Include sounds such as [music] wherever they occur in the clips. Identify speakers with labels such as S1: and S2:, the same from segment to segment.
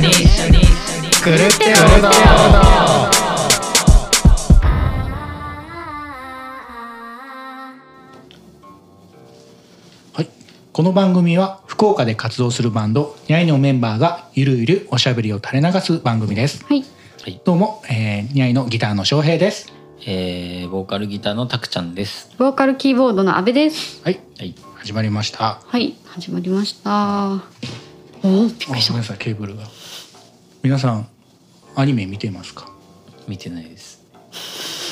S1: 狂ってるぞはいこの番組は福岡で活動するバンドニャイのメンバーがゆるゆるおしゃべりを垂れ流す番組です
S2: はい。
S1: どうも、えー、ニャイのギターの翔平です
S3: えー、ボーカルギターのたくちゃんです。
S2: ボーカルキーボードの阿部です。
S1: はい
S3: はい。
S1: 始まりました
S2: はい、始まりました。おお、びっ
S1: あ
S2: く
S1: ごめ
S2: りし
S1: ん
S2: た。
S1: なさいケーブルが皆さんアニメ見てますか
S3: 見てないです。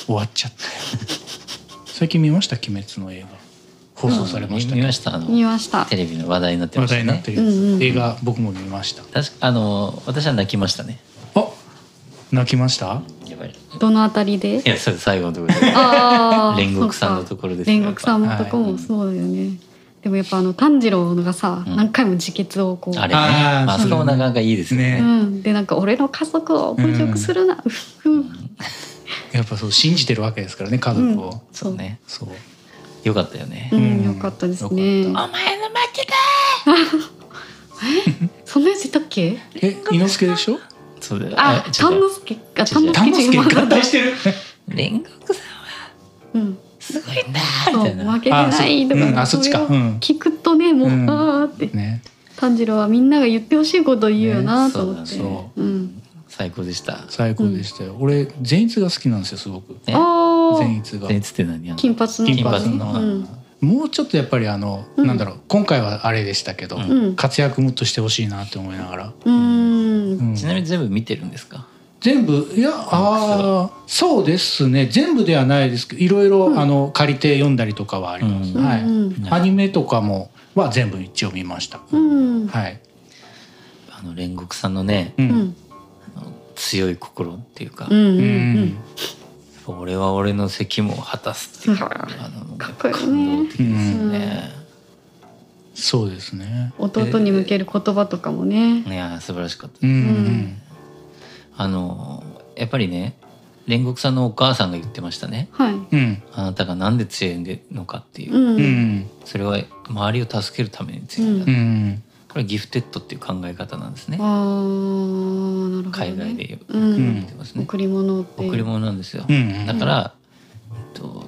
S1: 終わっちゃったよ
S2: [laughs]
S1: 最近見ました鬼滅の映画放送されました
S3: 見
S1: けど
S3: ました。あ
S2: 見
S3: の
S2: ました。
S3: テレビの話題になってまし
S1: 話
S3: た
S1: 題
S3: ね。
S1: になってるやつ、
S2: うんうん
S1: 映画僕も見ました
S3: 確かあの私は泣きましたね。
S1: あ泣きました
S3: やばい。い
S2: どのあたりで？
S3: やそれ最後のとこ [laughs] ろで。
S2: ああ、
S3: 煉獄さんのところですね
S2: 煉獄さんのとこ
S1: は
S2: も
S1: い
S2: そうだよね。でもやっぱあの炭治郎がさ、
S3: うん
S2: 何回も自決をこう。
S3: あれね。
S1: あー
S3: まあ
S1: そう
S3: そこもなかなかいいですよ
S1: ね
S3: ね。
S2: うん、でなんか俺の家族を侮辱するな、うふ、
S1: やっぱそう信じてるわけですからね家族を、
S2: うん
S3: そうね。
S1: そう
S3: よかったよね
S2: う。
S1: うん
S2: ん、よかったですね。
S3: お前の負けだ。
S2: そんなやついたっけ？
S1: え伊之助でしょ
S3: そうだよ。
S2: あ、
S3: 違う
S2: 丹之助、あ、丹之
S1: 丹之
S2: 助
S1: 助
S2: チーム
S1: 合体してる
S3: 煉獄さんは
S2: うん、
S3: すごいんだ
S2: そ
S3: み
S2: う
S3: たいな
S2: 負。けてないとか、
S1: あそううんあそっちか
S2: れを
S1: うん
S2: 聞くとねもう、
S1: うん
S2: あーって
S1: ね
S2: 炭治郎はみんなが言ってほしいことを言うよなと思って、
S3: ねそうだ
S1: ね
S2: うん
S3: 最高でした。
S1: 最高でしたよ、俺善逸が好きなんですよすごく
S3: ね
S2: あ
S1: 善
S2: あ
S1: 逸が
S3: でつって何あの
S2: 金髪の
S1: 金髪の
S2: うん
S1: もうちょっとやっぱりあの、
S2: うん
S1: なんだろう今回はあれでしたけど、
S2: うん
S1: 活躍もっとしてほしいなって思いながら、
S2: うん
S1: うん
S3: ちなみに全部見てるんですか。
S1: 全部いやあーそうですね全部ではないですけどいろいろ、あの借りて読んだりとかはあります、
S3: うん
S1: はい
S2: うん
S1: アニメとかもは全部一応見ました、
S2: うん
S1: はい、
S3: あの煉獄さんのね
S1: う
S2: うんん
S3: あの強い心っていうか。
S2: うんうん
S1: う
S2: うん
S1: ん
S3: 俺は俺の責務を果たすっていうか
S2: う
S3: あの
S2: かっこいいね
S3: 感動的ですよね。
S1: そうですね
S2: 弟に向ける言葉とかもね、
S3: いや素晴らしかった。
S1: うん
S3: あのやっぱりね煉獄さんのお母さんが言ってましたね。
S2: はい
S1: うん
S3: あなたがなんで強いのかっていうう、
S1: うんんうん
S3: それは周りを助けるために強いんだ、
S1: う
S2: うん
S3: これギフテッドっていう考え方なんですね
S2: あーなるほど、ね、
S3: 海外でよく
S2: うん
S3: 言ってますね、
S2: 贈り物って
S3: 贈り物なんですよ、
S1: うん
S3: だから、えっと、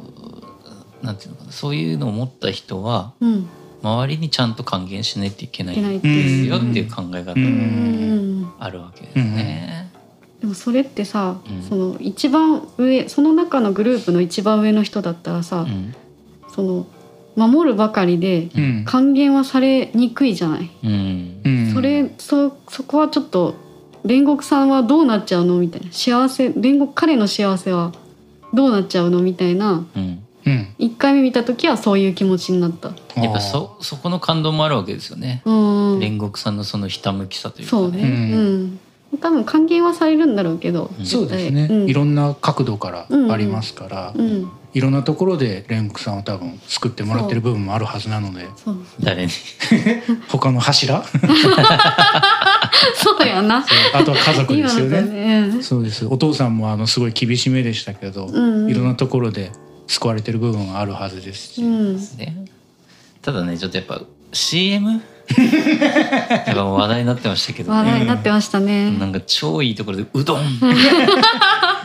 S3: なんていうのかなそういうのを持った人は
S2: うん
S3: 周りにちゃんと還元しないといけない
S2: いけな
S3: で
S2: いって
S3: す
S2: いう
S3: よっていう考え方
S1: う
S2: うん
S3: が
S2: ん
S3: あるわけですね。
S2: でもそれってさ、
S3: うん
S2: その一番上その中のグループの一番上の人だったらさ、
S3: うん
S2: その守るばかりで
S1: うん
S2: 還元はされにくいじゃない、
S3: うん
S1: うん
S2: それそそこはちょっと煉獄さんはどうなっちゃうのみたいな幸せ煉獄彼の幸せはどうなっちゃうのみたいな
S3: うん
S1: うん
S2: 1回目見た時はそういう気持ちになった。
S3: やっぱそそこの感動もあるわけですよね。
S2: うん
S3: 煉獄さんのそのひたむきさというか
S2: そうね、
S3: ね。
S2: うん多分還元はされるんだろうけど、
S3: うん
S1: そうですね、
S2: うん
S1: いろんな角度からありますから、
S2: うん、
S1: いろんなところで煉獄さんを多分救ってもらってる部分もあるはずなので [laughs]
S2: そう
S3: 誰に
S1: 他の柱
S2: そうやな
S1: あとは家族で
S2: 今
S1: すよ
S2: のだ
S1: ね
S2: ね、うん
S1: そうですお父さんもあのすごい厳しめでしたけど、
S2: うんうん
S1: いろんなところで救われてる部分はあるはずですし、
S2: うん、
S3: ねただねちょっとやっぱ [laughs] CM やっぱもう話題になってましたけど
S2: 話題
S3: ね。
S2: になってました
S3: な
S2: ね。
S3: んか超いいところでうどん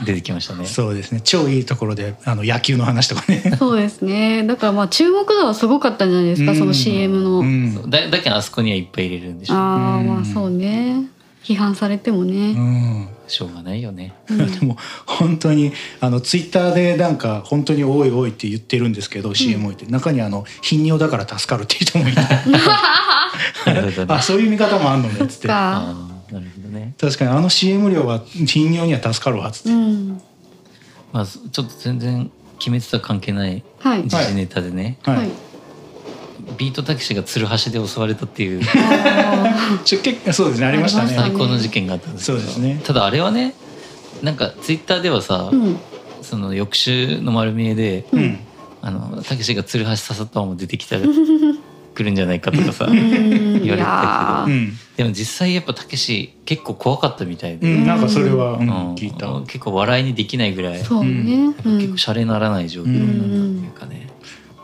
S3: 出てきましたね。
S1: そうですね超いいところであの野球の話とかね。
S2: そうですね。だからまあ注目度はすごかったんじゃないですか、
S1: うん
S2: その CM の。
S1: うん
S3: そうだだけどあそこにはいっぱい入れるんでしょう。
S2: ああ、
S1: うん
S2: まあそうね。批判されてもね。
S3: しょうがないよね。
S1: うん [laughs] でも本当にあのツイッターでなんか本当に「おいおい」って言ってるんですけど CM を言って中にあの「頻尿だから助かる」って人もいて
S3: なるほどね
S1: あ。そういう見方もあんのねっつっ
S2: そ
S1: て
S2: っか。
S3: あーなるほどね。
S1: 確かにあの CM 量は頻尿には助かるわっつって、
S2: うん。
S3: まあそちょっと全然鬼滅とは関係ない
S2: はい。
S3: 時事ネタでね、
S2: は
S1: はい
S2: い。
S3: ビートたけしが鶴橋で襲われたって
S2: [laughs]
S3: いう
S2: あ
S1: 出血そうですねありました
S2: ありま
S3: 最
S1: ね
S2: し
S3: 高の事件があったんですけど
S1: そうですね
S3: ただあれはねなんかツイッターではさ、
S2: ーうん。
S3: その翌週の丸見えで
S1: うん
S3: あのたけしが鶴橋刺さったまま出て
S2: [laughs]
S3: きたら来るんじゃないかとかさ
S2: うん。い
S3: 言われてたけど
S2: や
S1: う
S2: ー
S1: ん、
S3: でも実際やっぱたけし結構怖かったみたいで、
S1: うんなんかそれは、うん
S3: うん
S1: 聞いた
S3: 結構笑いにできないぐらい、
S2: そうね。うん
S3: 結構シャレならない状況だったっていうかね、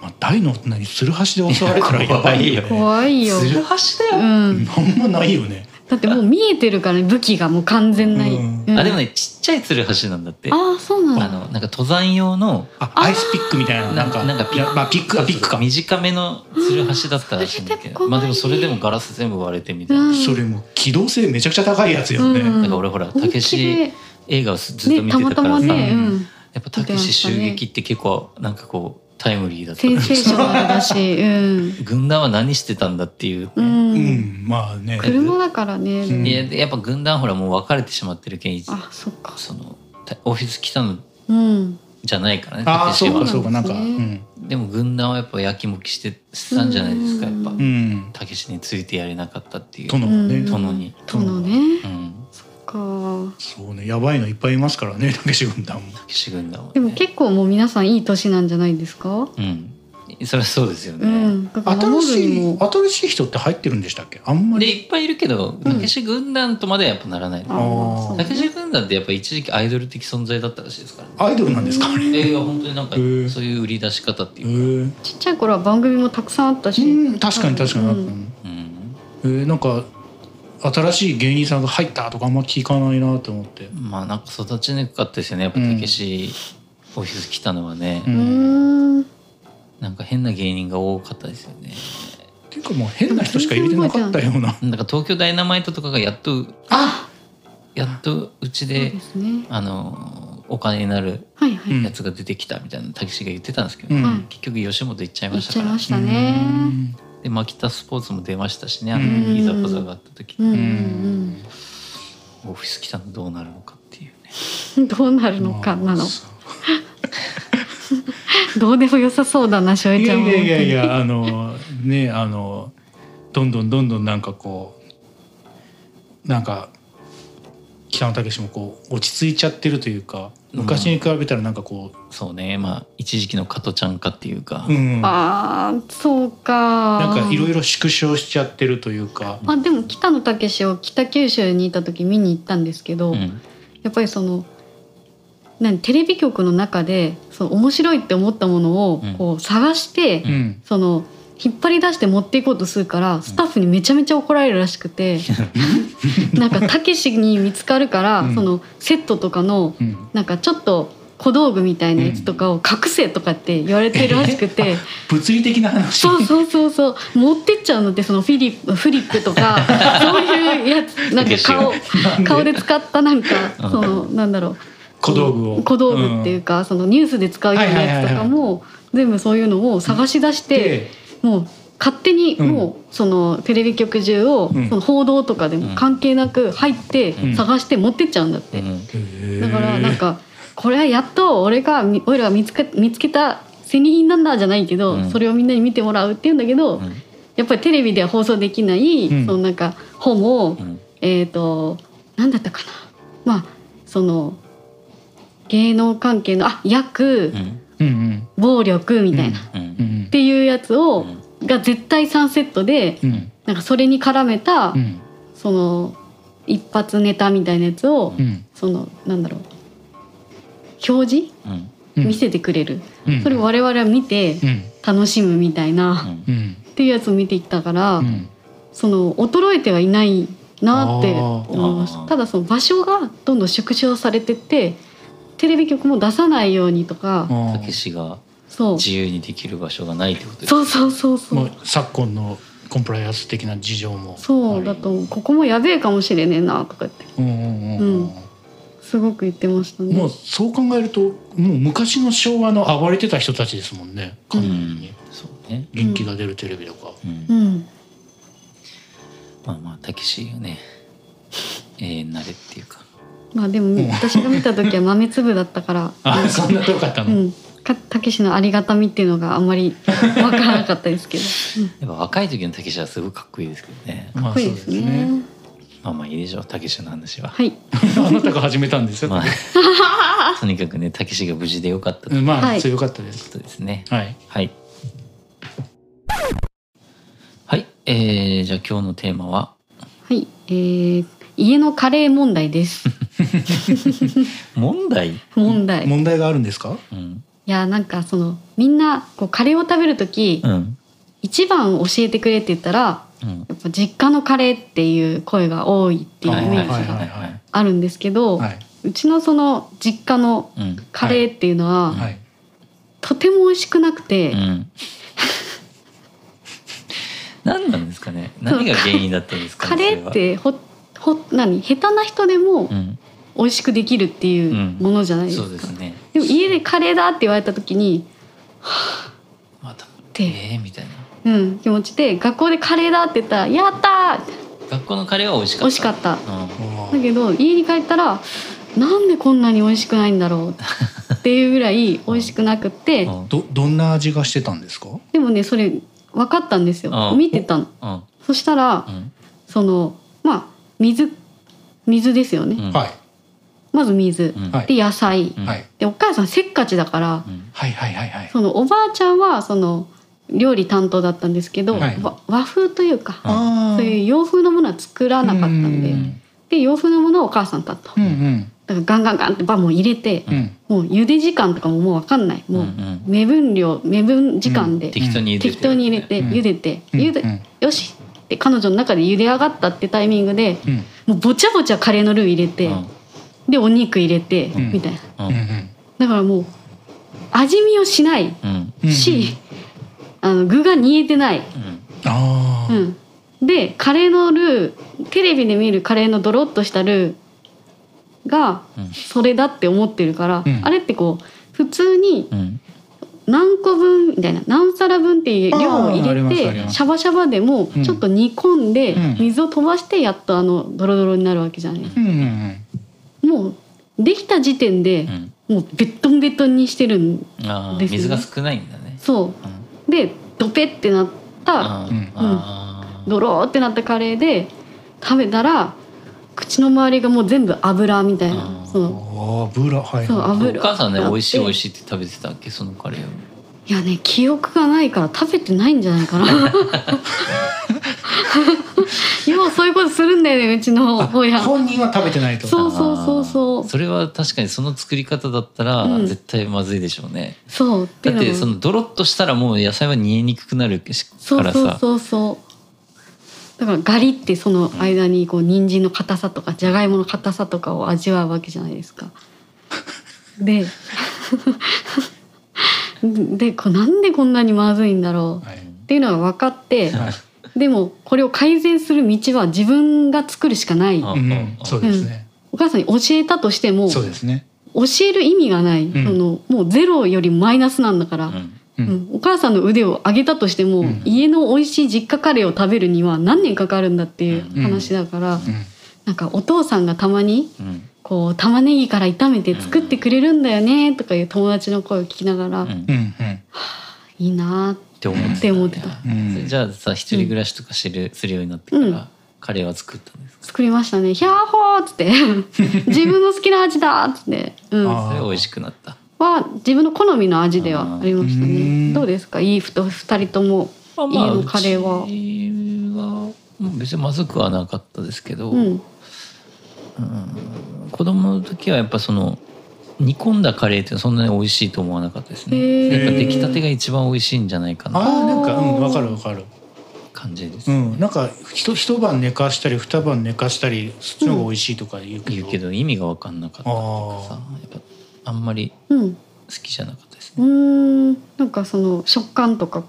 S1: まあ、大の大人につるはしで襲われたらやばいよね
S2: 怖いよ
S3: つるはしだよ、
S2: うん
S1: あんまないよね
S2: だってもう見えてるからね武器がもう完全ない、
S1: うん
S2: うん
S3: あでもねちっちゃいつるはしなんだって
S2: ああそうなん
S3: あの
S2: だ
S3: なんか登山用の
S1: あアイスピックみたいななんか
S3: なんかピック
S1: いやまあ、ピックあピックか
S3: 短めのつるはしだったらしいんだけ
S2: うんそれでも
S3: ど、
S2: 怖い
S3: まあでもそれでもガラス全部割れてみたいな、
S2: うん
S1: それも機動性めちゃくちゃ高いやつよね、
S2: うん
S3: なんか俺ほら
S2: 本
S3: た
S2: 気
S3: けし
S2: で
S3: 映画をずっと
S2: ね
S3: 見
S2: た
S3: て
S2: ま
S3: た
S2: た
S3: から
S2: ま
S3: さ、
S2: ね、
S1: う
S2: うんん、
S3: やっぱたけし襲撃って結構なんかこうタイムリーだった
S2: センセーショナル
S3: [laughs]
S2: だし、うん
S3: 軍団は何してたんだっていう、
S2: う
S1: うんんまあね
S2: 車だからね、
S1: うん
S3: いややっぱ軍団ほらもう別れてしまってるけんいつ
S2: あそっか
S3: そのたオフィス来たの
S2: うん
S3: じゃないからね
S1: ああ
S3: たけし
S1: そうか
S3: は
S1: そうかなんかう
S2: そうなんです
S1: ん、
S3: でも軍団はやっぱやきもきしてしたんじゃないですかやっぱ
S1: うん、
S3: たけしについてやれなかったっていう
S1: 殿もね、
S2: うん
S3: 殿に、
S2: 殿ね
S3: うん、
S2: か
S1: そうねやばいのいっぱいいますからね [laughs] たけし軍団も
S3: たけし軍団は、ね、
S2: でも結構もう皆さんいい年なんじゃないですか
S3: うんそれはそうですよ
S2: う
S3: ね、
S2: んだから
S1: 新
S2: 守る
S1: し
S2: に
S1: い
S2: も
S1: 新しい人って入ってるんでしたっけあんま
S3: で
S1: り
S3: いっぱいいるけどたけし軍団とまではやっぱならない、
S2: あ
S1: あー
S2: ーそう
S3: た
S2: ね
S3: けし軍団ってやっぱ一時期アイドル的存在だったらしいですからね
S1: アイドルなんですかあれ
S3: 映画は本当になんか
S1: へー
S3: そういう売り出し方って
S1: う
S3: いうか、
S1: ん
S2: ちっちゃい頃は番組もたくさんあったし、
S1: 確かに確かに、
S2: うん
S3: うん
S1: えーなんか新しい芸人さんが入ったとかあんま聞かないなと思って、
S3: まあなんか育ちにくかったですよねやっぱたけしオフィス来たのはね、
S1: うん
S2: うん
S3: なんか変な芸人が多かったですよね
S1: っていうかもう変な人しか入れてなかったような
S3: なんか東京ダイナマイトとかがやっと
S1: あ
S3: やっとうち
S2: そう
S3: で
S2: ですね
S3: あのお金になる
S2: はいはい、
S1: うん
S3: やつが出てきたみたいなたけしが言ってたんですけど、
S1: うん
S2: はい
S3: 結局吉本行っちゃい
S2: 行
S3: ま
S2: っ
S3: した
S2: ちゃ
S3: か
S2: い
S3: ら
S2: ましたね
S3: でマキタスポーツも出ましたしねあ
S1: うん
S3: のいざこざがあった時、
S2: うんう
S1: うん
S2: ん
S3: オフィス来たのどうなるのかっていうね
S2: うんどうなるのかなの
S1: い
S2: どうでも良さそうだなしおえちゃ
S1: やい
S2: んも
S1: やいやいやあのねあのどんどんどんどんなんかこうなんか北野武もこう落ち着いちゃってるというか昔に比べたらなんかこ
S3: そうねまあ一時期の加トちゃんかっていうか、
S1: う、うん、なん
S2: あーそうか
S1: かいろい
S2: ろ
S1: ろ縮小しちゃってるというか、
S2: あでも北野武を北九州にいた時見に行ったんですけど、
S3: うん
S2: やっぱりその何テレビ局の中でその面白いって思ったものを
S3: うん
S2: こう探して、
S1: うん、
S2: その引っ張り出して持っていこうとするからスタッフにめちゃめちゃ怒られるらしくて、なんかたけしに見つかるから、
S1: うん
S2: そのセットとかの
S1: うん、
S2: なんかちょっと小道具みたいなやつとかを隠せとかって言われてるらしくて、
S1: 物理的な話
S2: そうそうそうそう持ってっちゃうのってそのフィリップフリップとかそういうやつなんか顔顔で使ったなんか
S3: うん
S2: そのなんだろ
S1: 小道具を
S2: う小道具っていうか、そのニュースで使うようなやつとかも、全部そういうのを探し出し
S1: うん
S2: て、もう勝手に
S1: うん
S2: もうそのテレビ局中を、
S1: うん
S2: その報道とかでも関係なく入って
S1: うん
S2: 探して持ってっちゃうんだって。
S3: うん
S1: へー
S2: だからなんかこれはやっと俺がみ俺らが見つけ見つけた戦利品なんだじゃないけど、
S3: うん
S2: それをみんなに見てもらうっていうんだけど、
S3: うん
S2: やっぱりテレビでは放送できない、
S1: うん
S2: そのなんか本を、
S3: うん
S2: えっ、と何だったかなまあその芸能関係のあ約
S3: うん
S1: うんうん
S2: 暴力みたいな、っ
S3: う
S1: うんん
S2: ていうやつ
S3: う
S2: を、
S3: ん
S2: が絶対3セットで
S1: うん
S2: なんかそれに絡めた、
S1: うん
S2: その一発ネタみたいなやつを、
S1: うん
S2: そのなんだろう表示
S3: うん
S1: うん
S2: 見せてくれる、
S1: うん
S2: それを我々は見て
S1: うん
S2: 楽しむみたいな、っ
S1: うん
S2: ていうやつを見ていったから、
S1: うん
S2: その衰えてはいないなって
S1: あー
S2: 思いま
S3: あ
S2: す
S3: ー
S2: ただその場所がどんどん縮小されてってテレビ局も出さないようにとか、
S1: あ
S3: た
S1: ー
S3: けしが
S2: そう
S3: 自由にできる場所がないってことです
S2: そうそうそうそう、
S1: もう昨今のコンプライアンス的な事情も
S2: そうだとここもやべえかもしれねえなとかって
S1: うんうんうん
S2: すごく言ってました
S1: うんも
S2: ね
S1: う。そう考えるともう昔の昭和の暴れてた人たちですもんね
S2: う
S1: 完
S2: ん
S1: 全
S3: ん
S1: に
S3: そうね
S1: 元気が出るテレビとか
S3: うん
S2: うん、
S3: まあまあたけしがね永遠なれっていうか
S2: まあで
S1: うん
S2: も私が見た時は豆粒だったから、
S1: あ [laughs] そんな遠かった
S2: う
S1: の
S2: ん、かたけしのありがたみっていうのがあんまりわからなかったですけど、
S3: やっぱ若い時のたけしはすごくかっこいいですけどね
S2: うん、
S1: ま
S2: かっ
S1: あ
S2: こい
S1: そ
S2: いうで
S1: ですす
S2: ね
S1: ね。
S3: まあまあいいでしょうたけしの話は
S2: はい、
S1: [laughs] あなたが始めたんですよ
S3: まあとにかくねたけしが無事でよかったという
S1: うんま
S2: は
S1: あ
S2: い
S1: 強かったです
S3: ことですね
S1: はい
S3: はいはいえー、じゃあ今日のテーマは
S2: はい、えー、家のカレー問題です。
S3: 問題、
S2: 問題。
S1: 問題があるんですか
S3: うん、
S2: いやなんかそのみんなこうカレーを食べる時、
S3: うん
S2: 一番を教えてくれって言ったら
S3: うん
S2: やっぱ実家のカレーっていう声が多いっていう
S3: はい
S2: イ
S3: はい
S2: メ
S3: は
S2: ー
S3: い
S2: ジ
S1: は
S2: が
S1: い
S2: あるんですけど、
S1: はいう
S2: ちのその実家の
S3: うん
S2: カレーっていうのは、
S1: はい
S2: とても美味しくなくて、
S3: うん [laughs] 何なんですかね何が原因だったんですか
S2: カレーっ
S3: それは
S2: てほほ何下手な人でも
S3: うん
S2: 美味しくできるっていうものじゃないですか、
S3: そうですね
S2: でも家でカレーだって言われた時に、
S3: また
S2: て
S3: えーみたいな
S2: うん、気持ちで学校でカレーだって言ったら「やったー!」
S3: 学校のカレーは美味しかった
S2: 美味しかった
S3: うん
S2: だけど家に帰ったらなんでこんなに美味しくないんだろうっていうぐらい美味しくなくって
S3: うん
S1: どどんな味がしてたんですか
S2: でもねそれ分かったんです
S3: あ
S2: よ見てたの
S3: うん
S2: そしたら
S3: うん
S2: そのまあ水水ですよね、
S3: うん
S1: はい
S2: まず水、
S3: うん
S1: はい
S2: で野菜
S3: うん
S1: はい
S2: でお母さんせっかちだから
S3: うん
S1: はいはいはいはい
S2: そのおばあちゃんはその料理担当だったんですけど、
S1: はい
S2: わ和風というか、
S1: あ
S2: そういう洋風のものは作らなかったんで、
S1: うん
S2: で洋風のものはお母さんだと、
S1: う
S2: だ
S1: んうん
S2: からガンガンガンってバンも入れて、
S1: うん
S2: もう茹で時間とかももう分かんないも
S3: う
S2: うん
S3: うん
S2: 目分量目分時間で
S3: 適当に入れて
S2: 適当に入れて
S1: うん
S2: 茹でて、茹で、
S1: うん
S2: よしって彼女の中で茹で上がったってタイミングで
S1: うん
S2: もうぼちゃぼちゃカレーのルー入れて、
S3: うん
S2: でお肉入れて、
S1: ん
S2: みたいな
S3: う
S1: うん
S3: ん
S2: だからもう味見をしない
S3: うん
S1: うん
S2: し、あの具が煮えてない、
S3: うん
S1: あ
S2: う
S1: ー
S2: ん、でカレーのルーテレビで見るカレーのドロッとしたルーが
S3: うん
S2: それだって思ってるから、
S1: うん
S2: あれってこう普通に
S3: うん
S2: 何個分みたいな何皿分っていう量を
S1: あーあり
S2: 入
S1: ますあ
S2: れ
S1: りま
S2: て
S1: す
S2: シャバシャバでも
S1: うん
S2: ちょっと煮込んで
S1: うん
S2: 水を飛ばしてやっとあのドロドロになるわけじゃない、
S1: うんうんうん
S2: もうできた時点で
S3: うん
S2: もうベットンベットンにしてるん
S3: あー
S2: ですね
S3: 水が少ないんだね
S2: そ
S3: うん
S2: うでドペってなった
S3: あー
S1: うん
S3: あー
S2: ドローってなったカレーで食べたら口の周りがもう全部油みたい
S3: あー
S2: なその
S1: おー油はい
S2: そう
S1: は
S2: 油
S3: お母さんね
S2: あ
S3: 美
S2: って
S3: 味しい美味しいって食べてたっけそのカレーを
S2: いやね記憶がないから食べてないんじゃないか
S3: [laughs]
S2: な [laughs] ようそういうことするんだよねうちの
S1: い
S2: 親
S1: 本人は食べてないと
S2: そうそうそうそ
S3: あー
S2: う
S3: それは確かにその作り方だったら
S2: うん
S3: 絶対まずいでしょうね、
S2: そうっていう
S3: だ
S2: の
S3: って
S2: も
S3: そのドロッとしたらもう野菜は煮えにくくなるし
S2: そ
S3: か
S2: う
S3: ら
S2: そう
S3: さ
S2: そうそうだからガリってその間にこう人参の硬さとかじゃがいもの硬さとかを味わうわけじゃないですか。で [laughs] でこうなんでこんなにまずいんだろう
S1: はい
S2: っていうのが分かって
S1: はい
S2: でもこれを改善する道は自分が作るしかない
S3: あ
S1: うんうんそうですね
S2: お母さんに教えたとしても
S1: そう
S2: 教
S1: ですね
S2: える意味がない、
S1: ん
S2: そのもうゼロよりマイナスなんだから、
S3: うん
S1: う
S2: うんんお母さんの腕を上げたとしても、
S1: ん
S2: 家の美味しい実家カレーを食べるには何年かかるんだっていう話だから、
S1: うん
S2: なんかお父さんがたまに
S3: うん
S2: こう玉ねぎから炒めて作ってくれるんだよねとかいう友達の声を聞きながら、
S3: うん
S1: う
S3: っ
S1: んうん
S2: いいな
S3: て思って
S2: って思ってた
S3: んだ
S1: うん
S3: じゃあさ一人暮らしとかする,、するようになってから、
S2: うん
S3: カレーは作ったんですか
S2: 作りましたね「ヒャーホー!」っつって自分の好きな味だっつって、うん、
S1: あー
S2: は
S3: それは美味しくなった
S2: 自分の好みの味ではありました
S1: あーう
S2: ね
S1: ん
S2: どうですかいいふと二人とも
S3: まあ
S2: 家のカレーは
S3: うちはうん別にまずくはなかったですけど、
S2: うん
S3: 子供の時はやっぱその煮込んだカレーってそんなに美味しいと思わなかったですね
S2: へー
S3: やっぱ出来たてが一番美味しいんじゃないかな
S1: あーなんかうんわかるわかる
S3: 感じです、
S1: うんなんかひと一晩寝かしたり二晩寝かしたりそっちの方が美味しいとか言うけ
S3: 言
S1: ど
S3: うけど意味が分かんなかったとかさ
S1: あ
S3: やっぱあんまり
S2: うん
S3: 好きじゃなかったです
S2: う
S3: ね、
S2: ーんなんかその食感とか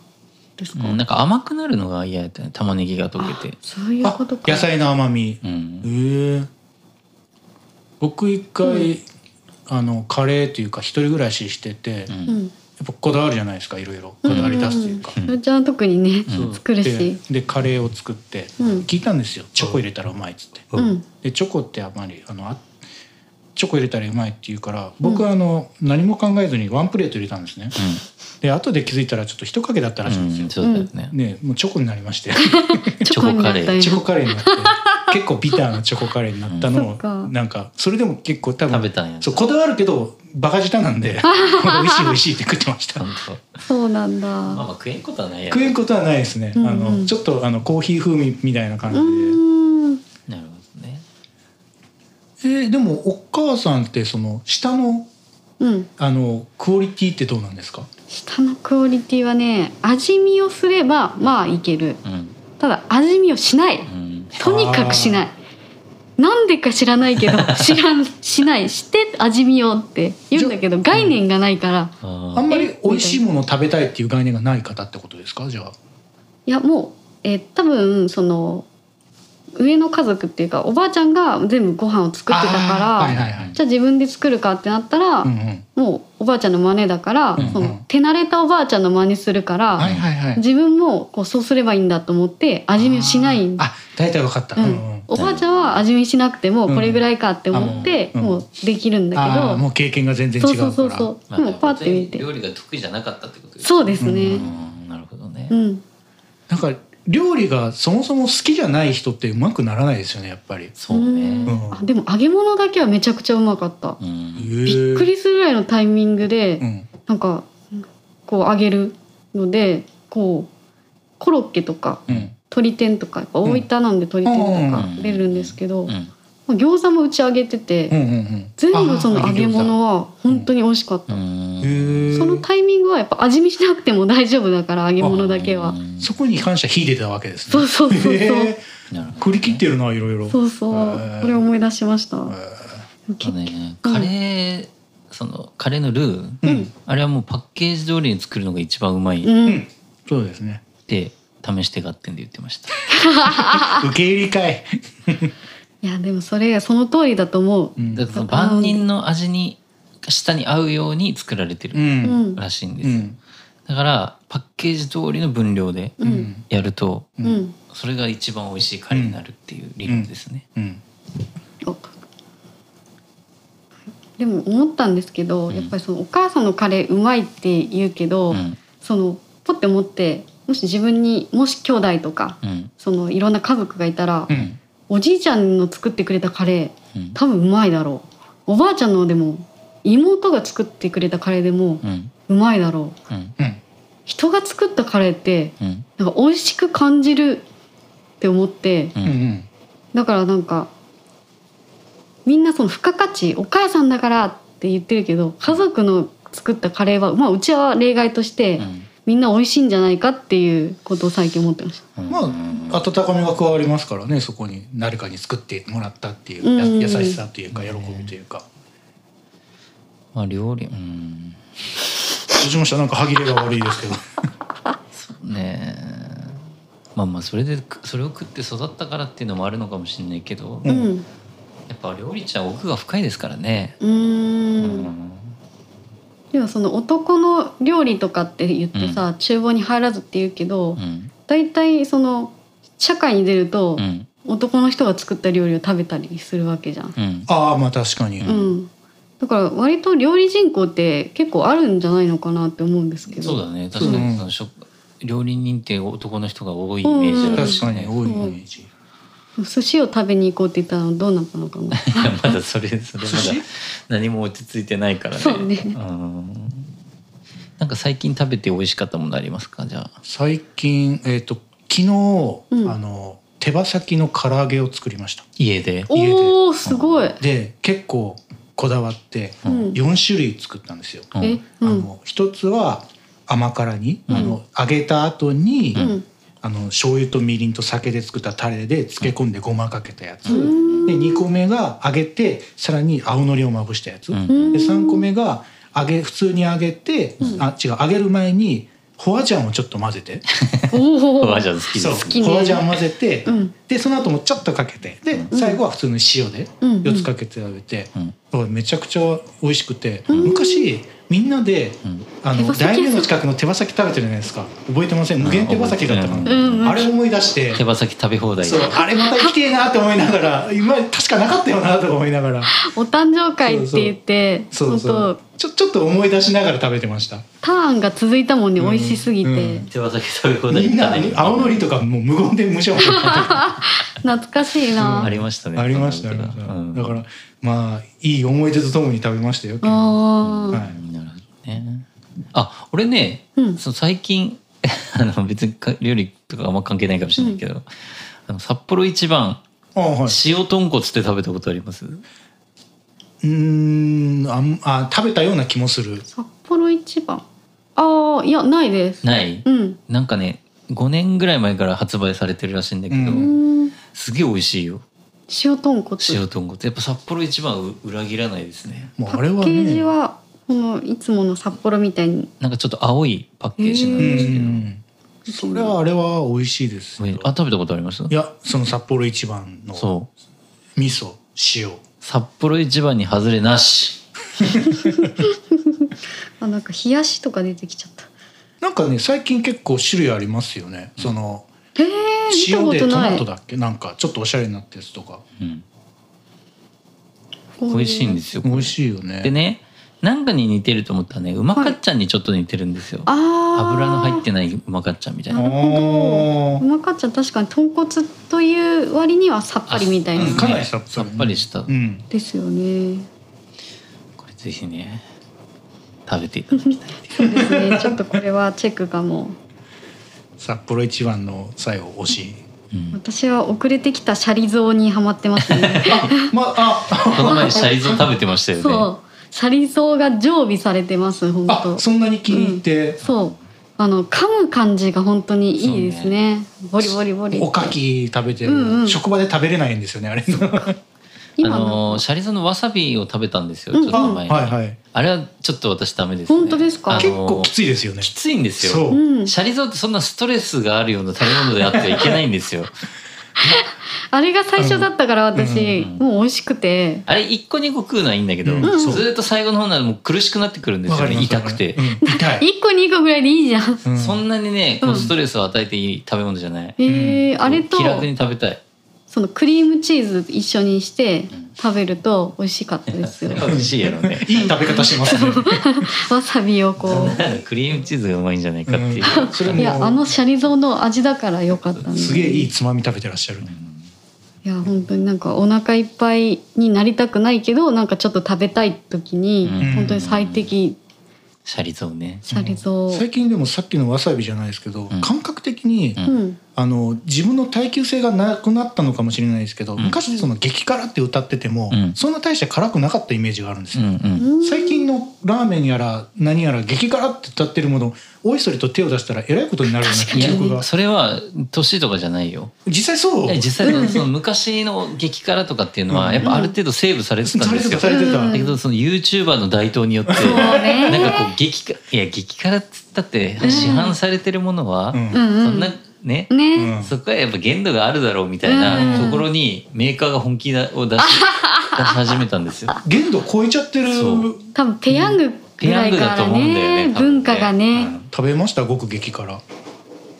S2: ですか、
S3: うんなんか甘くなるのが嫌やったね玉ねぎが溶けて
S2: そういう
S1: あ
S2: ことか
S1: 野菜の甘み
S3: う
S1: へ
S3: ん
S1: え僕一回あのカレーというか一人暮らししてて
S3: う
S1: やっ
S2: うんん
S1: ぱこだわるじゃないですかいろいろこだわり出すというか
S2: うんうん、ちゃん特にね、
S1: そう
S2: 作るし
S1: ででカレーを作って
S2: うん
S1: 聞いたんですよチョコ入れたらうまいっつって
S2: うん
S1: でチョコってあんまりあのあチョコ入れたらうまいって言うから僕はあの何も考えずにワンプレート入れたんですねで後で気づいたらちょっと一かけだったらしいんです
S3: う
S1: よ
S3: ん、そうだよね、
S1: ねもうチョコになりまして
S2: チョコになったよ
S1: チョコカレーになって [laughs] 結構ビターなチョコカレーになった
S2: うんそ
S1: の
S2: っか
S1: をなんかそれでも結構多分
S3: 食べたんや
S1: そうこだわるけどバカ舌なん
S2: [laughs]
S1: で美味しい美味しいって食ってました
S3: ほんと
S2: そうなんだ、
S3: まあまあ食えんことはないやろ
S1: 食えんことはないですね、
S2: うんうん
S1: あのちょっとあのコーヒー風味みたいな感
S2: うーん
S3: なるほどね
S1: じで、えーでもお母さんってその下の
S2: うん
S1: あのクオリティってどうなんですか
S2: 下のクオリティはね味見をすればまあいける
S3: うん
S2: ただ味見をしない
S3: うん
S2: とにかくしないなんでか知らない
S1: [laughs]
S2: けど知らんしないして味見をって言うんだけど概念がないから、
S1: あん
S3: あ
S1: まり美味しいものを食べたいっていう概念がない方ってことですかじゃあ
S2: いやもう、えー多分その上の家族っていうかおばあちゃんが全部ご飯を作ってたから、
S1: あーはいはいはい
S2: じゃあ自分で作るかってなったら、
S1: うんうん
S2: もうおばあちゃんの真似だから、
S1: うんうん
S2: その手慣れたおばあちゃんの真似するから、
S1: はいはいはい
S2: 自分もこうそうすればいいんだと思って味見をしないんだ
S1: あーあ大体わかった
S2: うん
S1: うんうん
S2: おばあちゃんは味見しなくてもこれぐらいかって思って
S1: うんあもう
S2: もうできるん
S1: あ
S2: だ
S1: ーもう経験が全
S2: け
S1: 然
S2: ど、
S1: 違うから
S2: そうそうそうそう、でもパって見て
S3: 料理が得意じゃなかったってことですね
S2: そうですね
S3: うんなるほどね
S2: うん、
S1: なんか料理がそもそも好きじゃない人ってうまくならないですよねやっぱり
S3: そう
S2: う
S3: ね
S2: んあでも揚げ物だけはめちゃくちゃうまかった、
S3: うん
S2: びっくりするぐらいのタイミングで、
S1: うん
S2: なんかこう揚げるのでこうコロッケとか
S1: うん
S2: 鶏天とかやっぱ大分なんで鶏天と
S3: う
S2: か
S3: ん
S2: 出るんですけど、
S3: うん
S2: まあ餃子もうち揚げてて、
S1: うんうんうん
S2: 全部その揚げ物は本当に美味しかった、
S1: へー
S2: そのタイミングはやっぱ味見しなくても大丈夫だから揚げ物だけは
S3: うん
S1: そこに関しては秀でたわけですね
S2: そうそうそうそう
S1: へ
S3: なるほ
S1: ー
S3: ど
S1: 振り切ってるないろいろ
S2: そうそう、
S1: へー
S2: これ思い出しました、
S3: あのねカレーそのカレーのルー
S1: うん
S3: あれはもうパッケージ通りに作るのが一番うまいっ
S2: うん、
S1: うんそうですね
S3: て試してがってんで言ってました
S1: 受け入れかい
S2: いやでもそれその通りだと思う、
S1: うん
S3: だからその万人の味に舌に合うように作られて
S1: う
S3: る
S1: ん
S3: らしいんで
S1: う
S3: すよ
S1: ん
S3: だからパッケージ通りの分量で
S2: うんうん
S3: やると
S2: うん、
S3: それが一番美味しいカレーになるっていう理論ですね。
S1: うん
S2: おでも思ったんですけど、
S3: うん
S2: やっぱりそのお母さんのカレーうまいって言うけど、
S3: うん
S2: そのポッて持ってもし自分にもし兄弟とか
S3: うん
S2: そのいろんな家族がいたら、
S1: うん
S2: おじいちゃんの作ってくれたカレー
S3: うん
S2: 多分うまいだろうおばあちゃんのでも妹が作ってくれたカレーでも
S3: うん
S2: うまいだろう
S3: うん
S1: うん
S2: 人が作ったカレーって
S3: うん
S2: なんか美味しく感じるって思って
S3: う
S1: うん
S3: ん
S2: だからなんかみんなその付加価値お母さんだからって言ってるけど家族の作ったカレーはまあうちは例外としてみんな美味しいんじゃないかっていうことを最近思ってました。
S3: うん
S1: ま
S3: うん
S1: あ温かみが加わりますからねそこに誰かに作ってもらったっていうや
S2: うん
S1: 優しさというか喜びというか
S3: まあ料理うん
S1: どうしましたなんか歯切れが悪いですけど
S3: ねえまあまあそれでくそれを食って育ったからっていうのもあるのかもしれないけど
S1: う
S2: うんん、
S3: やっぱ料理ちゃん奥が深いですからね。
S2: うーんでもその男の料理とかって言ってさ、厨房に入らずって言うけど、
S3: うん
S2: 大体その社会に出ると
S3: う、ん
S2: 男の人が作った料理を食べたりするわけじゃん。
S3: うん
S1: ああまあ確かに
S2: うんだから割と料理人口って結構あるんじゃないのかなって思うんですけど
S3: そうだね確か
S1: うん
S3: にその食料理人って男の人が多いイメージある
S1: 確
S3: し
S1: かに
S3: ね。
S1: 多いイメージ
S2: 寿司を食べに行こうって言ったらどうなったのかな
S3: いやまだそれそれま
S1: 寿司
S3: だ何も落ち着いてないからね。
S2: そうね
S3: んなんか最近食べて美味しかったものありますかじゃあ。
S1: 最近えっと昨日
S2: うん
S1: あの手羽先の唐揚げを作りました
S3: 家で。
S1: 家で
S2: おおすごい、
S1: で結構こだわって
S2: うん
S1: 4種類作ったんですよ。
S3: うん
S2: えう
S1: あ
S2: ん
S1: の一つは甘辛に、
S3: うん
S1: あの揚げた後に、
S2: うん
S1: あの醤油とみりんと酒で作ったタレで漬け込んでごまかけたやつ、
S2: う
S1: [laughs]
S2: ーん
S1: で2個目が揚げてさらに青のりをまぶしたやつ、
S3: う
S2: うんん
S1: で3個目が揚げ普通に揚げて、あ違う揚げる前にホワジャンをちょっと混ぜて
S2: おお
S3: おばあちゃん好きで
S1: そう
S3: す。
S2: きね
S1: ホワジャン混ぜて、
S2: うん
S1: でその後もちょっとかけてで、最後は普通の塩で
S2: うん
S1: 4つかけて食べて、
S3: うん
S1: めちゃくちゃ美味しくて、昔みんなで、
S3: うん
S1: あ
S2: 手
S1: の
S2: 羽先
S1: 大名の近くの手羽先食べてるじゃないですか覚えてません無限手羽先だったかな、
S2: うんうん
S1: あれ思い出して
S3: 手。羽先食べ放題
S1: そうあれまた来てえなって思いながら今確かなかったよなとか思いながら
S2: お誕生会って言って
S1: そうそうちょちょっと思い出しながら食べてました
S2: 本当ターンが続いたもんね美味しすぎて、
S1: うん
S3: 手羽先食べ放題
S1: みんな
S3: 行ったね
S1: 青のりとかもう無言で無償
S2: 懐かしいな、
S3: ありましたね。
S1: ありました
S3: そ
S1: よ
S3: んなことがうん
S1: だからまあいい思い出とともに食べましたよ昨日
S2: あ
S1: はい
S2: ー
S3: なるほどね。あ、俺ね、
S2: うん
S3: その最近 [laughs] あの別にか料理とかあんま関係ないかもしれないけど、あの札幌一番
S1: あはい
S3: 塩豚骨って食べたことあります？
S1: うーんあんあ食べたような気もする
S2: 札幌一番ああいやないです
S3: ない
S2: うん
S3: なんかね5年ぐらい前から発売されてるらしいんだけど、
S1: う
S2: うん
S3: すげえ美味しいよ
S2: 塩豚骨
S3: 塩豚骨やっぱ札幌一番は裏切らないですね
S1: もう
S2: パ
S1: あれ
S2: ッ
S1: は
S2: ケージ
S1: ね
S2: はこのいつもの札幌みたいに
S3: なんかちょっと青いパッケージなん
S1: うんう
S3: ですけど、
S1: んそれはあれは美味しいですよ
S3: あ食べたことあります
S1: いやその札幌一番の
S3: そう
S1: 味噌塩
S3: 札幌一番に外れなし
S2: あなんか冷やしとか出てきちゃった
S1: なんかね最近結構種類ありますよね、その
S2: へえ見た
S1: 塩
S2: こ
S1: で
S2: と
S1: ト
S2: な
S1: マ
S2: い
S1: トだっけなんかちょっとおしゃれになったやつとか
S3: うん
S2: 美
S3: 美味しいんですすよこ
S1: 美
S3: れ
S1: 味しいよね
S3: でねなんかに似てると思ったらねうまかっちゃんにちょっと似てるんですよ、
S2: ああ
S3: 油の入ってないうまかっちゃんみたい
S1: あ
S3: な
S2: なるほどうまかっちゃん確かに豚骨という割にはさっぱりみたいな
S1: うんかなりさっぱり
S3: さっぱりした、
S1: うん
S2: ですよね
S3: これぜひね食べていただきたい
S2: そうですねちょっとこれはチェックかも
S1: 札幌一番の最後推し
S3: うん
S2: 私は遅れてきたシャリゾーにハマってますね
S1: まあ
S3: この前シャリゾー食べてましたよね
S2: そうシャリゾーが常備されてます本
S1: あ
S2: 当
S1: あそんなに気に入って、
S2: そうあの噛む感じが本当にいいですねボリボリボリ
S1: おかき食べてる、
S2: うんうん
S1: 職場で食べれないんですよねあれは
S3: あ
S2: 今
S3: の
S2: の
S3: ーシャリゾーのわさびを食べたんですよちょっと前
S1: い
S3: に、
S1: はい
S3: あれはちょっと私ダメですね
S2: 本当ですか
S3: あのー
S1: 結構きついですよね
S3: きついんですよ
S1: そう
S2: うん
S3: シャリゾーってそんなストレスがあるような食べ物であってはいけないんですよ
S2: あれが最初だったから私
S3: うん
S2: もう美味しくて
S3: あれ1個2個食うのはいいんだけど、
S1: うん
S3: ずーっと最後の方ならもう苦しくなってくるんです
S1: わか
S3: よ
S1: り
S3: ね
S1: ます
S3: 痛くて、
S1: うん痛い、
S2: 1個2個ぐらいでいいじゃん
S1: うん
S3: そんなにね
S2: うん
S3: こうストレスを与えていい食べ物じゃない、
S2: えーあれと
S3: 気楽に食べたい
S2: そのクリームチーズ一緒にして
S3: ん
S2: 食べると美味しかったです
S3: そ [laughs]
S2: よ
S3: れは美味しいやろうね
S1: いい食べ方し
S3: [laughs]
S1: てますね、
S2: わさびをこう
S3: クリームチーズがうまいんじゃないかっていう、
S1: うんそれも
S2: いやあのシャリゾーの味だから良かったんです
S1: げえいいつまみ食べてらっしゃるね
S2: いや本当になんかお腹いっぱいになりたくないけどなんかちょっと食べたい時に
S3: うん
S2: 本当に最適
S3: シャリゾーね
S2: シャリゾー
S1: 最近でもさっきのわさびじゃないですけど、
S3: うん
S1: 感覚的に、
S3: うん
S2: うん
S1: あの自分の耐久性がなくなったのかもしれないですけど、
S3: ん
S1: 昔その激辛って歌ってても、
S3: うん
S1: そんな大して辛くなかったイメージがあるんです
S3: う
S1: よ、
S3: んうん
S2: うん
S1: 最近のラーメンやら何やら激辛って歌ってるものおいそれと手を出したらえらいことになるよう
S3: い
S1: な
S3: や
S1: 記憶が
S3: それは年とかじゃないよ
S1: 実際そう
S3: え実
S2: [laughs]
S3: 際その昔の激辛とかっていうのはやっぱある程度セーブされてたん
S1: さ
S3: で
S1: れて
S3: すよ
S1: たされてた、
S2: うん
S3: だけどその YouTuber の台頭によって
S2: そうね
S3: なんかこう激辛いや激辛っつったって市販されてるものは
S1: うん
S2: う
S3: そ
S2: んうんん
S3: なね
S1: うん
S2: ね
S3: そこはやっぱ限度があるだろうみたいな
S2: うん
S3: ところにメーカーが本気だを
S2: [laughs]
S3: 出し出し始めたんですよ。
S1: 限度超えちゃってる
S3: そう
S2: 多分ペヤングぐ
S3: ペヤ
S2: ら
S3: ン
S2: い
S3: グ
S2: か
S3: だと
S2: ら
S3: 思うんだよね
S2: ね
S3: 多分
S2: 文化が
S3: う
S2: ね
S3: ん
S1: 食べましたごく激辛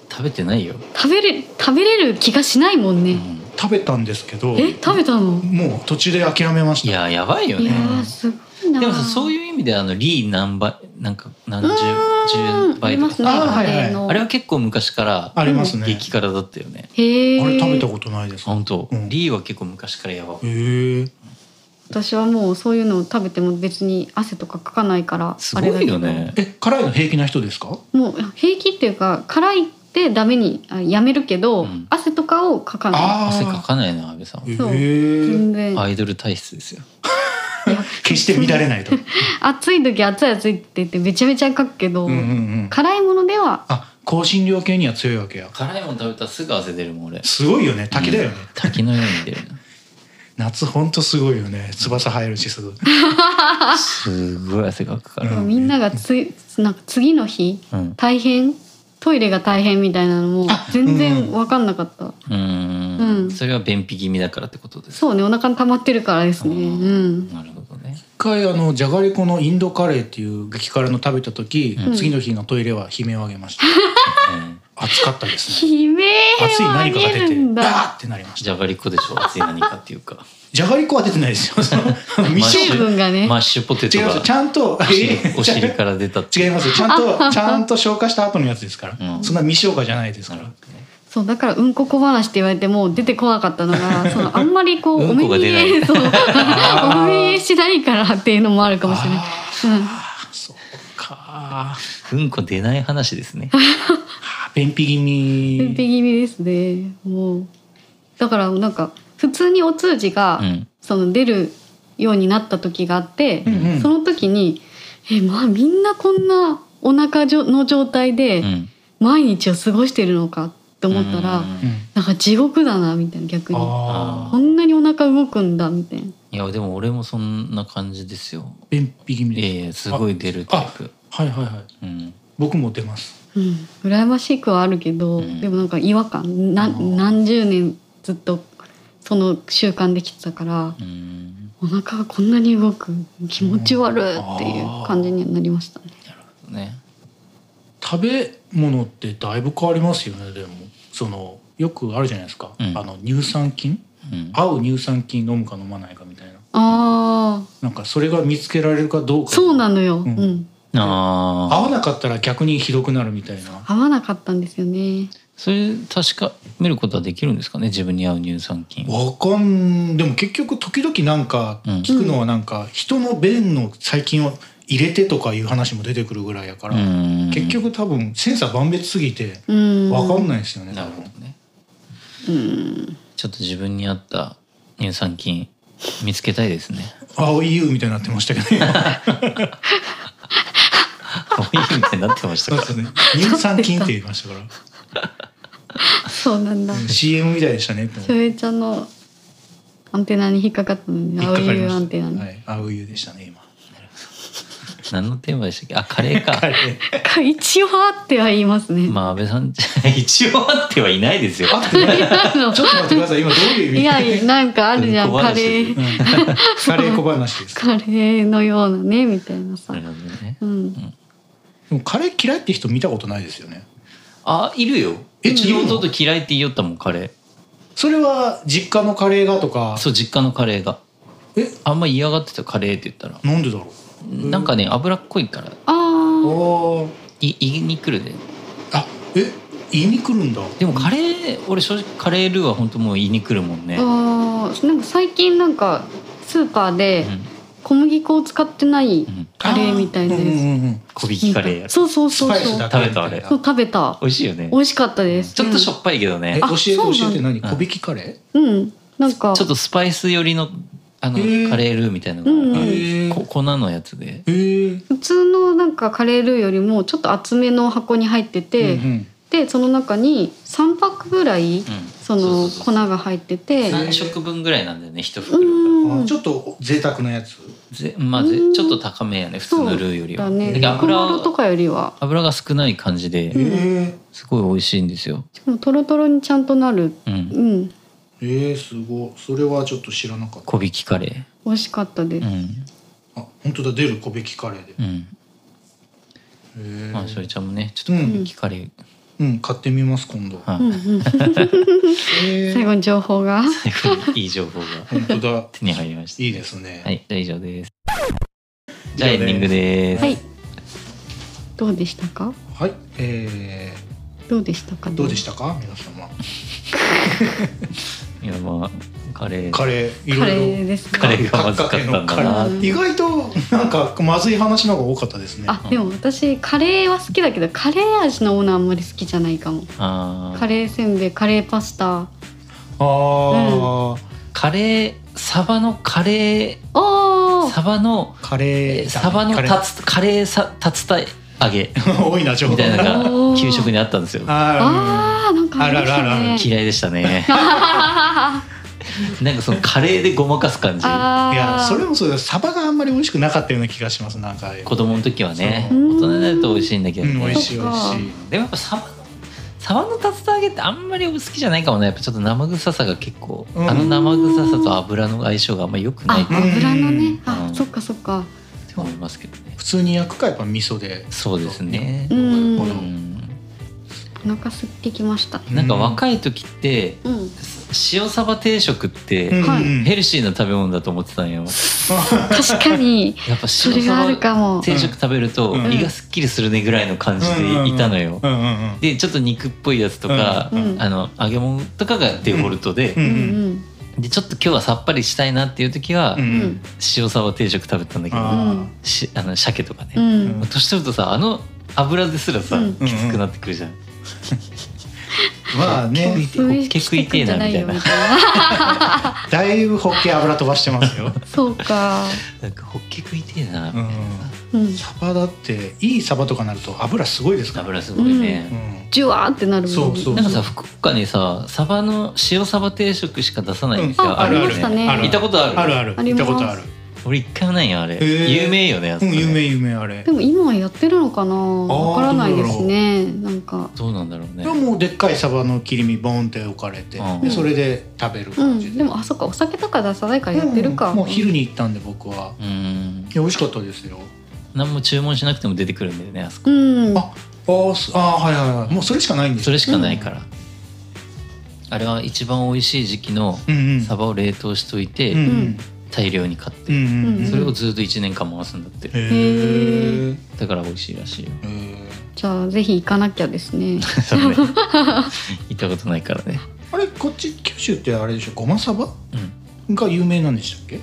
S3: 食べてないよ。
S2: 食べれ食べれる気がしないもんね
S1: 食べたんですけど
S2: え食べたの
S1: もう途中で諦めまし
S3: い
S1: た
S3: ややばいよ
S2: いや
S3: ね。
S2: ーすごいな
S3: でもさそう
S2: い
S3: いう意味であのリー何倍なんか何十
S2: う
S3: 十
S2: んあり
S3: 倍と
S2: ま
S3: か
S2: すね
S1: あーはいはい
S2: 家庭の
S3: あれは結構昔から
S1: ありますね、
S3: 激辛だったよね。
S2: へえ
S1: あれ食べたことないです
S3: 本当
S1: うん
S3: リーは結構昔からやばい。
S1: へえ
S2: 私はもうそういうのを食べても別に汗とかかかないから
S3: す
S2: あ
S3: ご
S2: れだけ
S3: いよ
S2: ど
S3: ね。
S1: え辛いの平気な人ですか
S2: もう平気っていうか辛いってダメにあやめるけど、
S3: うん
S2: 汗とかをかかない
S1: あー
S3: 汗かかないな安部さん。
S2: そう
S1: へえ
S2: 全然、
S3: アイドル体質ですよ。
S1: 決して乱れないと
S2: 暑い時暑い暑いって言ってめちゃめちゃかくけど、
S1: うんうんうん
S2: 辛いものでは
S1: あ香辛料系には強いわけや
S3: 辛いもの食べたらすぐ汗出るもん俺。
S1: すごいよね滝だよね、
S3: 滝のように出るな。
S1: 夏ほんとすごいよね翼生えるしすぐ
S3: すごい汗がかかる。
S1: うん
S2: みんながついなんか次の日
S3: うん。
S2: 大変トイレが大変みたいなのも
S1: あ
S2: 全然分かんなかった、
S3: う。
S2: うんん
S3: それは便秘気味だからってことですか。
S2: そうねお腹に溜まってるからですねうん
S3: なるほどね。
S1: 一回あのじゃがりこのインドカレーっていう激辛の食べた時、
S2: ん
S1: 次の日のトイレは悲鳴を上げました
S3: うん
S1: 暑かったですね
S2: 悲鳴
S1: 暑い
S2: を上
S1: 何かが
S2: げ
S1: 出
S2: る
S1: て
S2: ん
S1: バ
S2: だ
S1: ーってなりました
S3: じゃがりこでしょ熱い何かっていう
S2: [laughs]
S3: か。
S1: じゃがりこは出てないです
S3: [laughs]
S1: よその未
S3: マッシ
S2: 水
S1: 消
S3: ュ
S2: 分がね
S3: マッシュポテト
S1: 違います
S3: が
S1: ちゃんと
S3: お尻お
S1: 違
S3: 尻
S1: う
S3: から出たって。
S1: [laughs] 違いますちゃん
S3: [laughs]
S1: とちゃんと消化した後のやつですから、
S3: うん
S1: そんな未消化じゃないですから、
S2: そうだからうんこ小話って言われてもう出てこなかったのがそのあんまりこう
S3: う
S2: お
S3: ん
S2: 目
S3: こが
S2: 見
S3: 出ない
S2: えそう
S1: あー
S2: お目見えしないからっていうのもあるかもしれない。
S1: あそうか
S3: うんこ出ない話ですね。
S1: 便秘気味
S2: うん、便秘気味ですねもうだからなんか普通にお通じが、
S3: うん。
S2: その出るようになった時があって
S1: う、んうん
S2: その時にえまあみんなこんなお腹じょの状態で
S3: うん
S2: 毎日を過ごしてるのかって思ったら、
S3: うん
S1: うん
S2: なんか地獄だなみたいな逆に
S1: あ
S2: こ
S1: あ
S2: んなにお腹動くんだみたいない
S3: やでも俺もそんな感じですよ
S1: 便秘気味です、
S3: ええすごい出るタイプ
S1: はいはいは
S3: う
S1: い
S3: ん
S1: 僕も出ます
S2: うん、羨ましくはあるけど、
S3: うん
S2: でもなんか違和感な
S1: あー
S2: 何十年ずっとその習慣できてたから
S3: うん
S2: お腹がこんなに動く気持ち悪いっていう感じになりましたね。
S3: ね
S1: 食べ物ってだいぶ変わりますよねでもそのよくあるじゃないですか、
S3: うん
S1: あの乳酸菌
S3: うん
S1: 合う乳酸菌飲むか飲まないかみたいな
S2: あ
S1: なんかそれが見つけられるかどう
S2: あ
S1: か
S2: そうなのよ、
S1: う
S2: うんん
S3: ああ
S1: 合わなかったら逆にひどくなるみたいな
S2: 合わなかったんですよね。
S3: それ確かめることはできるんですかね自分に合う乳酸菌を
S1: わかんでも結局時々なんか
S3: うん
S1: 聞くのはなんか人の便の細菌を入れてとかいう話も出てくるぐらいやから、
S3: うん
S1: 結局多分センサー万別すぎて
S2: うん、
S1: わかんないですよね、
S3: な
S1: 多
S3: る
S1: 分
S3: ほどね
S2: うん、
S3: ちょっと自分に合った乳酸菌見つけたいですね
S1: 青い U みたいになってましたけど今
S3: こういうみたいになってました
S1: そう
S3: か
S1: で
S3: ら
S1: すね乳酸菌って言いましたから
S2: そうなんだ。
S1: うん CM みたいでしたねって
S2: しょうゆちゃんのアンテナに引っかかったのに、
S1: 引っ
S2: 青
S1: かかり
S2: い
S1: ま
S2: アン
S1: し
S2: テナに。
S1: たはい青い U でしたね今
S3: 何のテーマでしたっけあカレーか
S1: あれ
S2: [laughs] 一応あっては言いますね。
S3: まあ安倍さん [laughs] 一応あってはいないですよ
S1: 合ってない
S2: [laughs] あの
S1: ちょっと待ってください今どういう意味
S2: いやいやなんかあるじゃん
S3: 小
S2: カ
S3: 話
S2: レー
S1: うんカレー小話です
S2: カレーのようなねみたいなさ
S3: なる、ほどね
S2: うん、
S1: でもカレー嫌いって人見たことないですよね
S3: あいるよ
S1: え
S3: うち
S1: いるの
S3: 弟嫌いって言いよったもんカレー
S1: それは実家のカレーがとか
S3: そう実家のカレーが
S1: え
S3: あんま嫌がってたカレーって言ったら
S1: なんでだろん
S3: なんかね脂っこいから
S1: う
S2: あ
S1: お
S3: い胃にくるで
S1: あえ胃に来るんだ
S3: でもカレー俺正直カレールーは本当もう胃にくるもんね
S2: ーあーなんか最近なんかスーパーで小麦粉を使ってない
S3: うんうん
S2: カレーみたいな
S1: あーうん
S2: や
S1: うんうん
S3: 小引
S2: つ、
S3: きカレーやる
S2: そうそう
S1: ス
S2: そう
S1: パイス
S2: そう
S1: だけ
S3: 食べたあれ
S1: み
S2: そう
S1: いな
S2: 食べた
S3: 美味しいよね
S2: 美味しかったです
S3: ちょっとしょっぱいけど
S1: え
S3: ね
S1: 教
S2: あ
S1: えて
S2: そう
S1: 教
S2: なの
S3: う
S1: えて何
S3: ん
S1: 小引きカレ
S2: うんなんか
S3: ちょっとスパイス寄りのあの
S1: へー
S3: カレールーみたいなの
S1: ー
S3: があ
S2: うん
S3: る
S1: へ
S3: こ
S1: ー
S3: 粉のやつで
S1: へー
S2: 普通のなんかカレールーよりもちょっと厚めの箱に入ってて、
S1: うん
S2: でその中に3パックぐら
S3: う
S2: い
S3: ん
S2: その
S3: そうそう
S2: 粉が入ってて
S1: へー
S3: 3食分ぐらいなんだよね一
S2: う
S3: 袋が
S1: うん
S2: ん
S1: あちょっと贅沢なやつ
S3: ぜまあぜ
S2: うん
S3: ちょっと高めやね普通のルーよりは
S2: だね
S3: だけど
S2: クロ
S3: 油
S2: ールとかよりは
S3: 油が少ない感じ
S1: へ
S3: で
S1: え
S3: すごい美味しいんですよ
S2: しかもトロトロにちゃんとなる
S3: うん
S2: うん
S1: えー、すごいそれはちょっと知らなかった
S3: 小引きカレ
S2: 美味しかったで
S3: ー
S2: す、
S3: うん
S1: あ本当だ出る小引きカレーでへ
S3: うん
S1: え
S3: まあしょりちゃんもねち
S1: う
S3: ょっと小
S1: ん
S3: 引きカレー
S1: うん買ってみます今度
S3: は
S2: うん
S3: い
S2: [laughs] うん、
S1: へー
S2: 最後に情報が
S3: 最後に [laughs] いい情報が
S1: 本当だ
S3: 手に入りました
S1: [laughs] いいですね
S3: はいじゃあ以上ですじゃあエンディングです
S2: はいどうでしたか
S1: はい、え
S2: どうでしたか、
S1: ー、
S2: ね、
S1: どうでしたか皆様
S3: いやまあカレー
S1: カレーい
S2: カレ
S1: ろい
S2: ーです
S3: カ
S2: か
S3: レーがまずかったんだな
S1: ろ意外となんかまずい話の方が多かったですね
S2: あでも私カレーは好きだけどカレー味のものはあんまり好きじゃないかも
S3: あ
S2: カ
S3: ー
S2: レーせんべいカレーパス
S1: あ
S2: タ
S1: ー、
S3: カレーサバのカレ
S2: お
S3: ー
S2: ー
S3: サバの
S1: カレー
S3: サバの
S1: カレ
S3: 竜
S1: ー
S3: 田カレーさ竜田揚げ
S1: [laughs] 多いな情報
S3: みたいなの
S2: お
S3: が
S2: ー
S3: 給食にあったんですよ
S1: あ
S2: あーなんかありまし
S1: あるあ
S2: た
S1: るあ
S2: ね
S1: る
S3: 嫌いでしたね
S2: [laughs] あ
S3: なんかそのカレーでごまかす感じ
S1: ー
S2: ー
S1: いやそれもそうだサバがあんまり美味しくなかったような気がしますなんか
S3: 子供の時はね
S1: そう
S3: 大人になると美味しいんだけ
S1: う
S3: どね、
S1: ん美味しい美
S2: そっ
S1: 味
S2: か
S1: しい
S3: でもやっぱサバのサバの竜田揚げってあんまり好きじゃないかもねやっぱちょっと生臭さが結構、
S1: うん
S3: あの生臭さと油の相性があんまり良くない
S2: あ
S3: と
S2: 油のね
S3: う
S2: あ
S3: ん
S2: そっかそっか
S3: 思いますけどね
S1: 普通に焼くかやっぱ味噌で
S3: そうですね
S2: う、ん
S1: う
S3: うんん
S2: お腹空ってきました
S3: なんか若い時って
S2: うん
S3: 塩サバ定食っ
S1: うん
S3: て
S1: うんうん
S3: ヘルシーな食べ物だと思ってたんよ、
S2: 確かに
S3: やっぱ
S2: そ
S3: 塩
S2: れがあ
S3: サ
S2: るか
S3: バ
S2: も
S3: 定食食べると
S1: うん
S3: 胃がすっきりするねぐらいの感じでいたのよ
S1: うんうんうん
S3: でちょっと肉っぽいやつとか、
S2: うんうん
S3: あの揚げ物とかがデフォルトで
S1: う、ん
S2: うん
S3: でちょっと今日はさっぱりしたいなっていう時は、
S1: うんう
S2: うんん
S3: 塩サバ定食食べたんだけど
S1: あー
S3: しあの鮭とかね、
S2: うんうん
S3: 年取るとさあの油ですらさ、
S2: うん
S3: きつくなってくるじゃん、
S1: まあね
S2: そういう
S3: 結局痛えなみたいな
S2: してくんじゃよみたいな
S1: だいぶホッケ油飛ばしてますよ
S2: そうか
S3: なんかホッケ食いてえなみ
S1: う
S3: たい
S1: ん
S3: な、
S2: うん
S1: サバだっていいサバとかなると油すごいですから、
S3: 油すごいね、
S1: うん、
S2: ジュワーってなるもん
S1: そうそう
S3: なんかさ福岡にさサバの塩サバ定食しか出さない店
S1: うん
S2: あ
S3: あるよ
S2: ありましたね
S3: ね行ったことある
S1: あるある行
S2: あり
S1: っ
S2: ます
S1: たことある
S3: 俺一回もないよあれ、
S1: ー
S3: 有名よねあそ
S1: うん
S3: こね
S1: 有名有名あれ
S2: でも今はやってるのかなわからないですねなんか
S3: どうなんだろうね
S1: でもうでっかいサバの切り身ボンって置かれて、
S3: うん
S1: でそれで食べる
S2: う
S1: 感じ
S2: ん
S1: で、
S2: でもあそっかお酒とか出さないからやってるか、
S1: うんもう昼に行ったんで僕は
S3: うん
S1: いや美味しかったですよ
S3: 何も注文しなくても出てくるんだよねあそこ
S2: うん
S1: ああーすあーはいはいはいもうそれしかないんです
S3: そ
S1: よ
S3: れしかないから、あれは一番美味しい時期の
S1: うんうん
S3: サバを冷凍しといて、
S1: うんうん
S3: 大量に買っ
S1: う
S3: て、
S1: んうんうん
S3: それをずっと1年間回すんだって、
S1: へ
S2: へ
S1: ー
S3: だから美味しいらしいよ
S1: [laughs] へー
S2: じゃあぜひ行かなきゃですね
S3: そ
S1: [laughs]
S3: れね行ったことないからね
S1: あれこっち九州ってあれでしょごまサバ
S3: うん
S1: が有名なんでしたっけ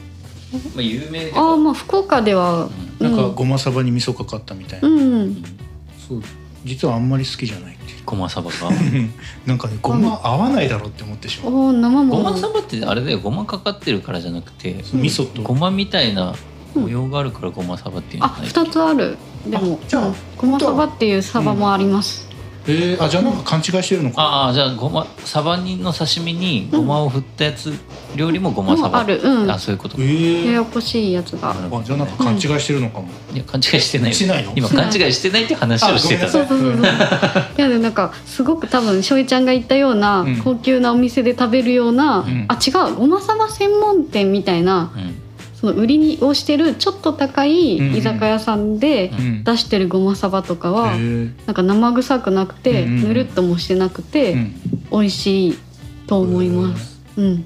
S3: まあ有名で
S2: ああまあ福岡では
S3: う
S1: なんか
S2: うん
S1: ごまサバに味噌かかったみたいな、
S2: うん
S1: そう実はあんまり好きじゃないっていう
S3: ごまサバが
S1: [laughs] なんかねごま合わないだろうって思ってしまう、
S2: おー生も
S3: ごまサバってあれだよごまかかってるからじゃなくて
S1: そう味噌と
S3: ごまみたいな模様があるからごまサバっていうんじゃ
S2: あ
S3: ない
S2: 二つあるでも
S1: あじゃあ
S2: うんごまサバっていうサバもあります、
S1: えー、あじゃあなんか勘違いしてるのか
S3: ああじゃあごまサバにの刺身にごまを振ったやつ料理もごまサ
S2: も
S3: バ
S2: あるうん
S3: あそういうこと
S1: え
S3: い
S2: や
S1: ー
S2: やこしいやつが
S3: うん
S1: あじゃあなんか勘違いしてるのかも、
S3: や勘違いしてない
S1: しないの
S3: 今
S2: しない
S3: 勘違いしてないって話をして
S1: あ
S3: た
S1: ご
S2: そ
S1: め [laughs]
S2: うそうそうそういやでもなんかすごく多分しょいちゃんが言ったような、
S1: うん
S2: 高級なお店で食べるような、
S1: ん
S2: あ違うごまサバ専門店みたいな
S3: うん
S2: その売りにをしてるちょっと高い
S1: うんうん
S2: 居酒屋さんで
S1: うん
S2: 出してるごまサバとかは、
S1: へー
S2: なんか生臭くなくて、
S1: うんうんうん
S2: ぬるっともしてなくて、
S1: うん
S2: 美味しいと思います。うん、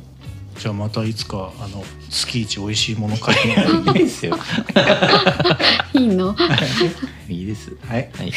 S1: じゃあまたいつかあの月一美味しいもの会
S3: [laughs] いいですよ
S2: いいの。
S3: いいです
S1: はい
S3: はい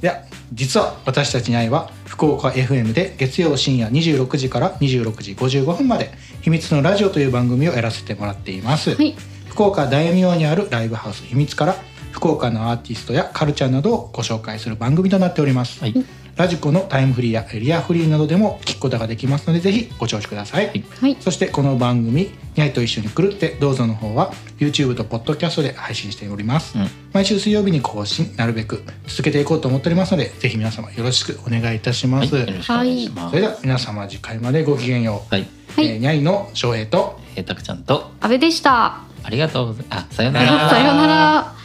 S1: では実は私たちに愛は福岡 FM で月曜深夜26時から26時55分まで「秘密のラジオ」という番組をやらせてもらっています、
S2: はい、
S1: 福岡大名にあるライブハウス秘密から福岡のアーティストやカルチャーなどをご紹介する番組となっております、
S3: はい
S1: ラジコのタイムフリーやエリアフリーなどでも聞くことができますのでぜひご聴取ください、
S3: い
S2: はい、
S1: そしてこの番組「ニャイと一緒に狂ってどうぞ」の方は YouTube と Podcast で配信しております、
S3: うん
S1: 毎週水曜日に更新なるべく続けていこうと思っておりますのでぜひ皆様よろしくお願いいたしま
S3: はい
S1: す、
S3: よろしくお願いしま
S1: そ
S3: す
S1: れでは皆様次回までごきげんよう、
S3: はい
S2: はい
S1: えーニャイの翔平と
S3: えーたくちゃんと
S2: 安倍でした。
S3: ありがとうございあさような
S1: あ
S3: ら
S1: ー
S2: さようなら。